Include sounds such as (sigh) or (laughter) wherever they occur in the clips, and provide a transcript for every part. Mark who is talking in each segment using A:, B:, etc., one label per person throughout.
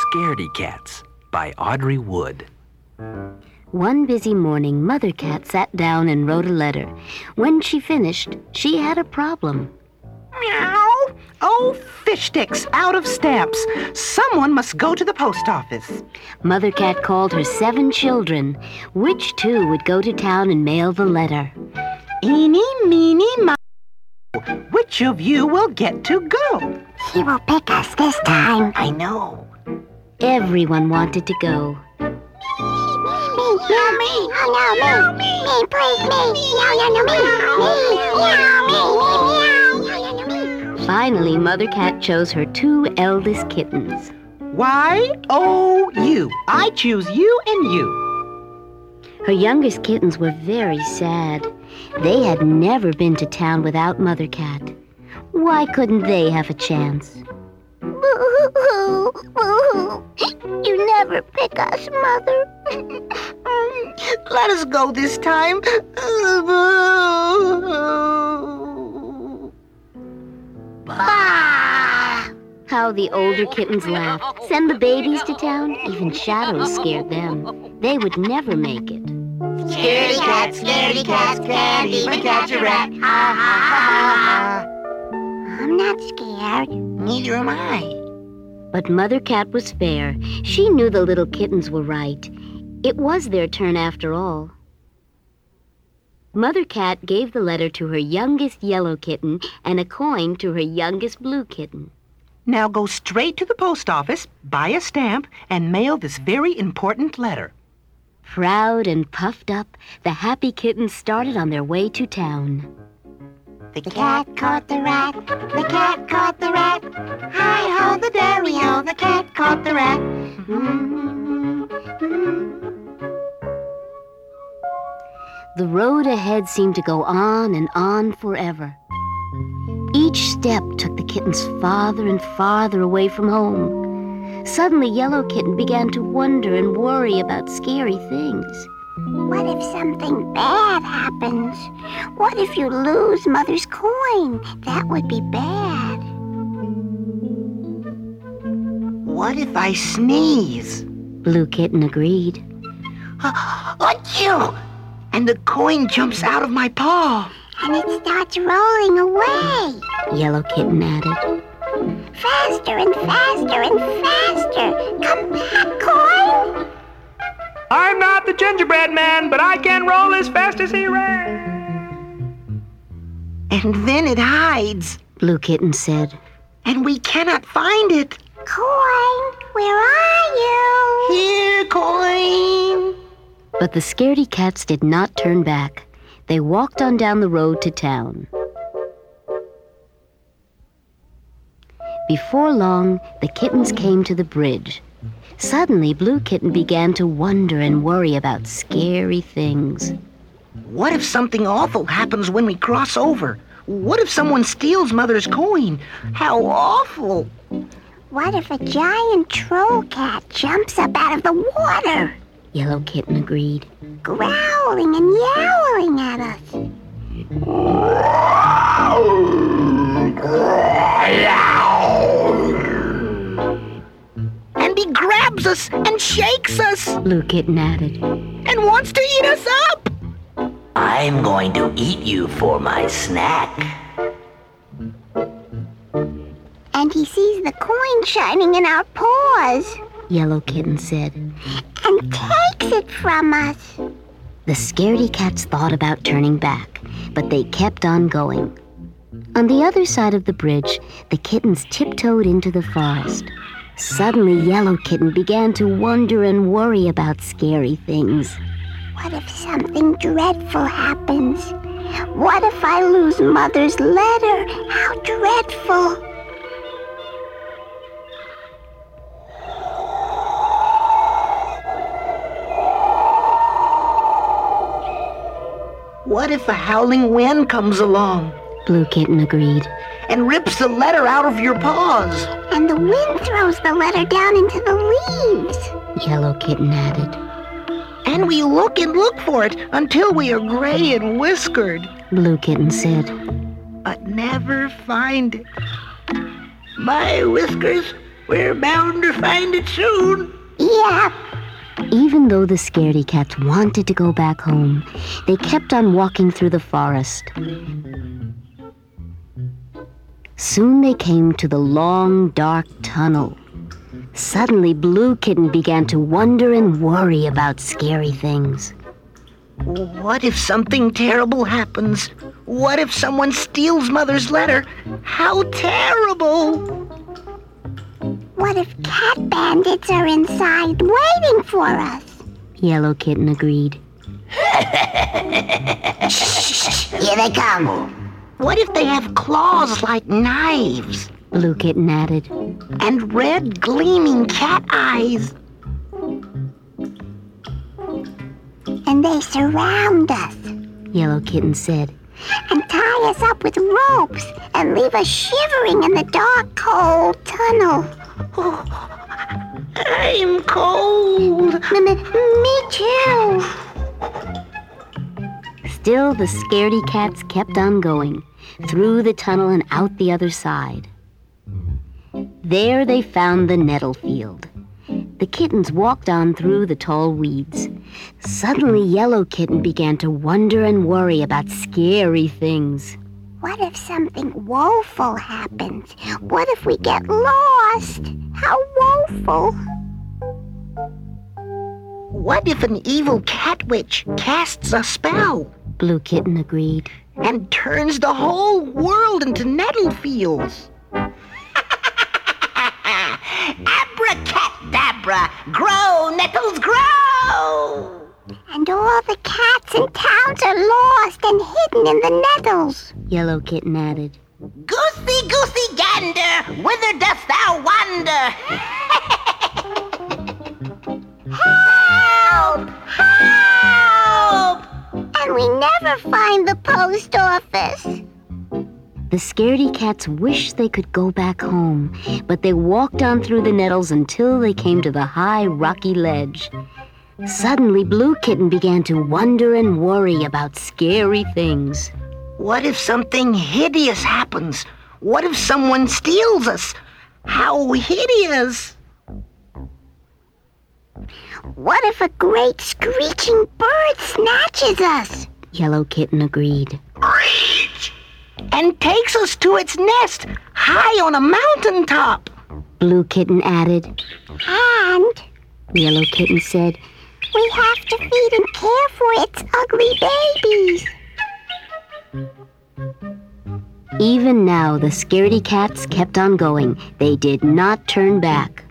A: Scaredy Cats by Audrey Wood.
B: One busy morning, Mother Cat sat down and wrote a letter. When she finished, she had a problem.
C: Meow! Oh, fish sticks out of stamps. Someone must go to the post office.
B: Mother Cat called her seven children. Which two would go to town and mail the letter?
C: Eeny, meeny, mo. Which of you will get to go?
D: He will pick us this time.
C: I know.
B: Everyone wanted to go.
D: Me, meow, me. Oh, no, me. Me, please, me. Meow, meow, meow, me. Me, meow, me, me, meow. Meow, meow, meow, me.
B: Finally, Mother Cat chose her two eldest kittens.
C: Y O U. I choose you and you.
B: Her youngest kittens were very sad. They had never been to town without Mother Cat. Why couldn't they have a chance?
D: Boo-hoo, boo-hoo. (laughs) You never pick us, Mother.
C: (laughs)
D: (laughs)
C: Let us go this (laughs) time.
D: Bah!
B: How the older kittens laughed. Send the babies to town? Even shadows scared them. They would never make it.
D: Scaredy cat, scaredy cat, can't even catch a rat. Ha ha ha ha ha. I'm not scared.
C: Neither am I.
B: But Mother Cat was fair. She knew the little kittens were right. It was their turn after all. Mother Cat gave the letter to her youngest yellow kitten and a coin to her youngest blue kitten.
C: Now go straight to the post office, buy a stamp, and mail this very important letter.
B: Proud and puffed up, the happy kittens started on their way to town.
C: The
D: The cat caught the rat. The cat caught the rat. Hi ho, the dairy ho. The cat caught the rat.
B: The road ahead seemed to go on and on forever. Each step took the kittens farther and farther away from home. Suddenly, Yellow Kitten began to wonder and worry about scary things.
D: What if something bad happens? What if you lose Mother's coin? That would be bad.
C: What if I sneeze? (gasps)
B: Blue Kitten agreed.
C: Achoo! And the coin jumps out of my paw.
D: And it starts rolling away.
B: Yellow Kitten added.
D: Faster and faster and faster. Come back, coin.
E: I'm not the gingerbread man, but I can roll as fast as he ran.
C: And then it hides.
B: Blue Kitten said.
C: And we cannot find it.
D: Coin, where are you?
C: Here, coin.
B: But the scaredy cats did not turn back. They walked on down the road to town. Before long, the kittens came to the bridge. Suddenly, Blue Kitten began to wonder and worry about scary things.
C: What if something awful happens when we cross over? What if someone steals Mother's coin? How awful!
D: What if a giant troll cat jumps up out of the water,
B: Yellow Kitten agreed.
D: growling and yowling at us?
C: And he grabs us and shakes us
B: Blue Kitten added.
C: and wants to eat us up!
A: I'm going to eat you for my snack.
D: And he sees the coin shining in our paws
B: Yellow Kitten said.
D: and takes it from us.
B: The scaredy cats thought about turning back, but they kept on going. On the other side of the bridge, the kittens tiptoed into the forest. Suddenly, Yellow Kitten began to wonder and worry about scary things.
D: What if something dreadful happens? What if I lose Mother's letter? How dreadful!
C: What if a howling wind comes along
B: Blue Kitten agreed.
C: and rips the letter out of your paws?
D: And the wind throws the letter down into the leaves.
B: Yellow Kitten added.
C: And we look and look for it until we are gray and whiskered,
B: Blue Kitten said.
C: but never find it. My whiskers We're bound to find it soon.
D: Yeah.
B: Even though the scaredy cats wanted to go back home, they kept on walking through the forest. Soon they came to the long, dark tunnel. Suddenly, Blue Kitten began to wonder and worry about scary things.
C: What if something terrible happens? What if someone steals Mother's letter? How terrible!
D: What if cat bandits are inside waiting for us?
B: Yellow Kitten agreed.
D: Here they come.
C: What if they have claws like knives
B: Blue Kitten added.
C: and red gleaming cat eyes?
D: And they surround us
B: Yellow Kitten said.
D: and tie us up with ropes and leave us shivering in the dark, cold tunnel.
C: Oh, I'm cold.
D: Me, me, me too.
B: Still, the scaredy cats kept on going, through the tunnel and out the other side. There they found the nettle field. The kittens walked on through the tall weeds. Suddenly, Yellow Kitten began to wonder and worry about scary things.
D: What if something woeful happens? What if we get lost? How woeful.
C: What if an evil cat witch casts a spell
B: Blue Kitten agreed.
C: and turns the whole world into nettle fields? (laughs)
A: Abracadabra! Grow, nettles, grow!
D: And all the cats in towns are lost and hidden in the nettles.
B: Yellow Kitten added.
A: Goosey, goosey, gander, whither dost thou wander?
D: Help! Help! And we never find the post office.
B: The scaredy cats wished they could go back home, but they walked on through the nettles until they came to the high rocky ledge. Suddenly, Blue Kitten began to wonder and worry about scary things.
C: What if something hideous happens? What if someone steals us? How hideous!
D: What if a great screeching bird snatches us?
B: Yellow Kitten agreed.
C: And takes us to its nest high on a mountain top.
B: Blue Kitten added.
D: And
B: Yellow Kitten said,
D: we have to feed and care for its ugly babies.
B: Even now, the scaredy cats kept on going. They did not turn back.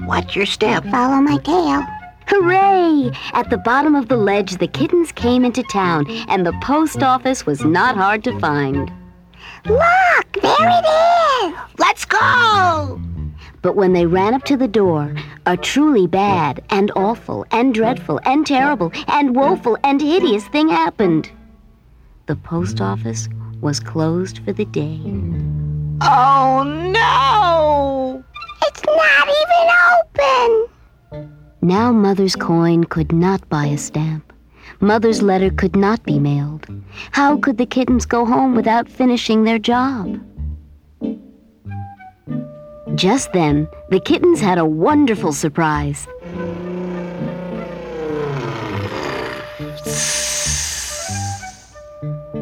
C: Watch your step.
D: Follow my tail.
B: Hooray! At the bottom of the ledge, the kittens came into town, and the post office was not hard to find.
D: Look, there it is.
C: Let's go!
B: But when they ran up to the door, a truly bad and awful and dreadful and terrible and woeful and hideous thing happened. The post office was closed for the day.
C: Oh no!
D: It's not even open.
B: Now Mother's coin could not buy a stamp. Mother's letter could not be mailed. How could the kittens go home without finishing their job? Just then, the kittens had a wonderful surprise.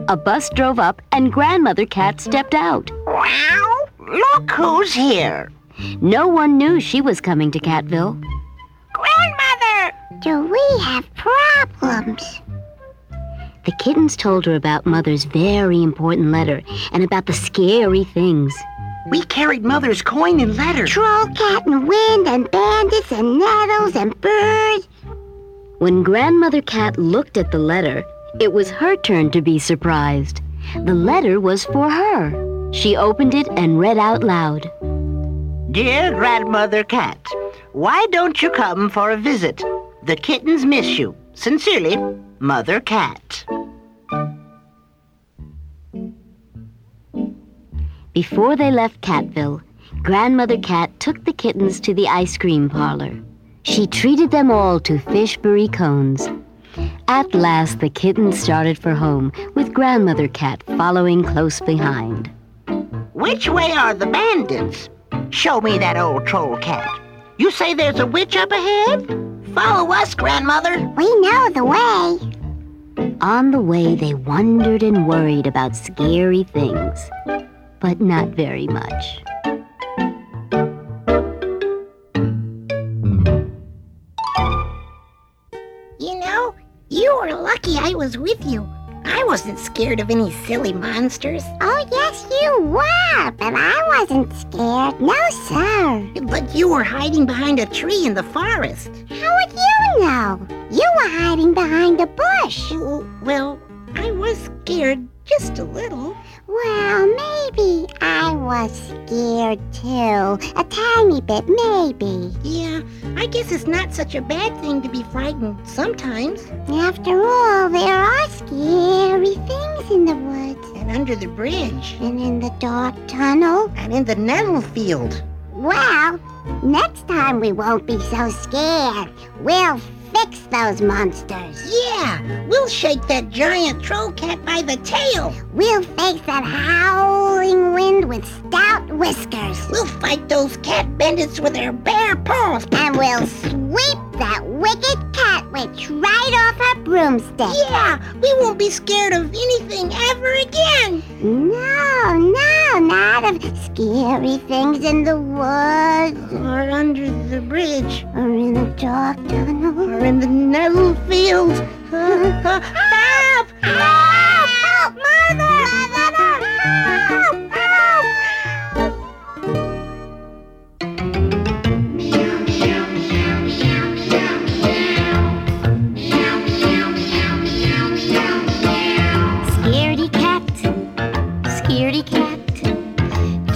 B: A bus drove up and Grandmother Cat stepped out.
C: Wow! Look who's here!
B: No one knew she was coming to Catville.
C: Grandmother!
D: Do we have problems?
B: The kittens told her about Mother's very important letter and about the scary things.
C: We carried Mother's coin and letter.
D: Troll cat and wind and bandits and nettles and birds.
B: When Grandmother Cat looked at the letter, it was her turn to be surprised. The letter was for her. She opened it and read out loud.
C: Dear Grandmother Cat, why don't you come for a visit? The kittens miss you. Sincerely, Mother Cat.
B: Before they left Catville, Grandmother Cat took the kittens to the ice cream parlor. She treated them all to fishberry cones. At last, the kittens started for home, with Grandmother Cat following close behind.
C: Which way are the bandits?
F: Show me that old troll cat. You say there's a witch up ahead? Follow us, Grandmother.
G: We know the way.
D: On the way, they wondered and worried about scary things, but not very much.
G: You know, you were lucky I was with you. I wasn't scared of any silly monsters. Oh, yes, you were, but I wasn't scared. No, sir.
C: But you were hiding behind a tree in the forest.
G: How would you know? You were hiding behind a bush.
C: W- Well, I was scared just a little.
G: Well, maybe I was scared too. A tiny bit, maybe.
C: Yeah, I guess it's not such a bad thing to be frightened sometimes.
G: After all, there are scary things in the woods
C: And under the bridge.
G: and in the dark tunnel.
C: And in the nettle field.
G: Well, next time we won't be so scared. We'll fix those monsters.
C: Yeah, we'll shake that giant troll cat by the tail.
G: We'll face that howling wind with stout whiskers.
C: We'll fight those cat bandits with our bare paws.
G: And we'll sweep that wicked cat witch right off her broomstick.
C: Yeah, we won't be scared of anything ever again.
G: No, no, not of scary things in the woods
C: Or under the bridge.
G: or in the dark tunnel.
C: Or in the nettle field. (laughs) Uh-huh. Help!
G: Help! Help! Mother! Mother! Help! Help!
D: Scaredy cat, scaredy cat,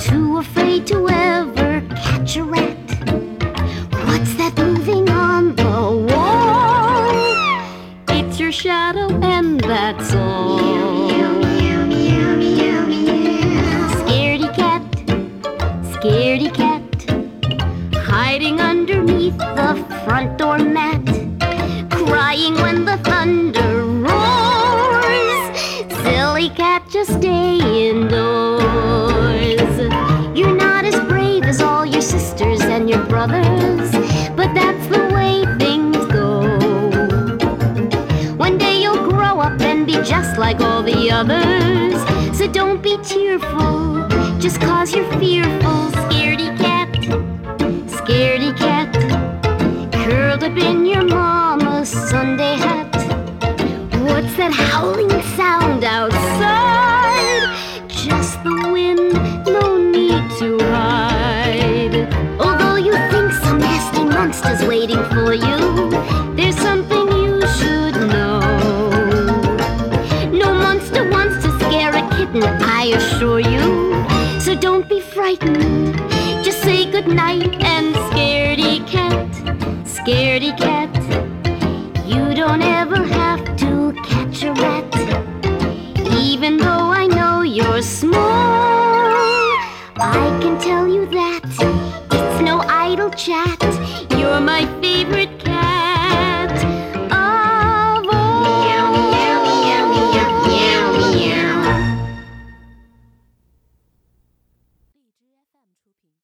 D: too afraid to ever catch a rat. What's that moving on the wall? It's your shadow, and that's all. Scaredy cat, scaredy cat, hiding underneath the front door mat crying when the thunder roars. Silly cat, just stay indoors. You're not as brave as all your sisters and your brothers, but that's the way things go. One day you'll grow up and be just like all the others. So don't be cheerful, just cause you're fearful. Scaredy cat, scaredy cat curled up in your mama's Sunday hat. What's that howling sound outside? Just the wind, no need to hide. Although you think some nasty monster's waiting for you, there's something you should know. No monster wants to scare a kitten, I assure you. So don't be frightened, just say goodnight and scaredy cat. Scaredy cat, you don't ever have to catch a rat. Even though I know you're small, I can tell you that it's no idle chat. You're my favorite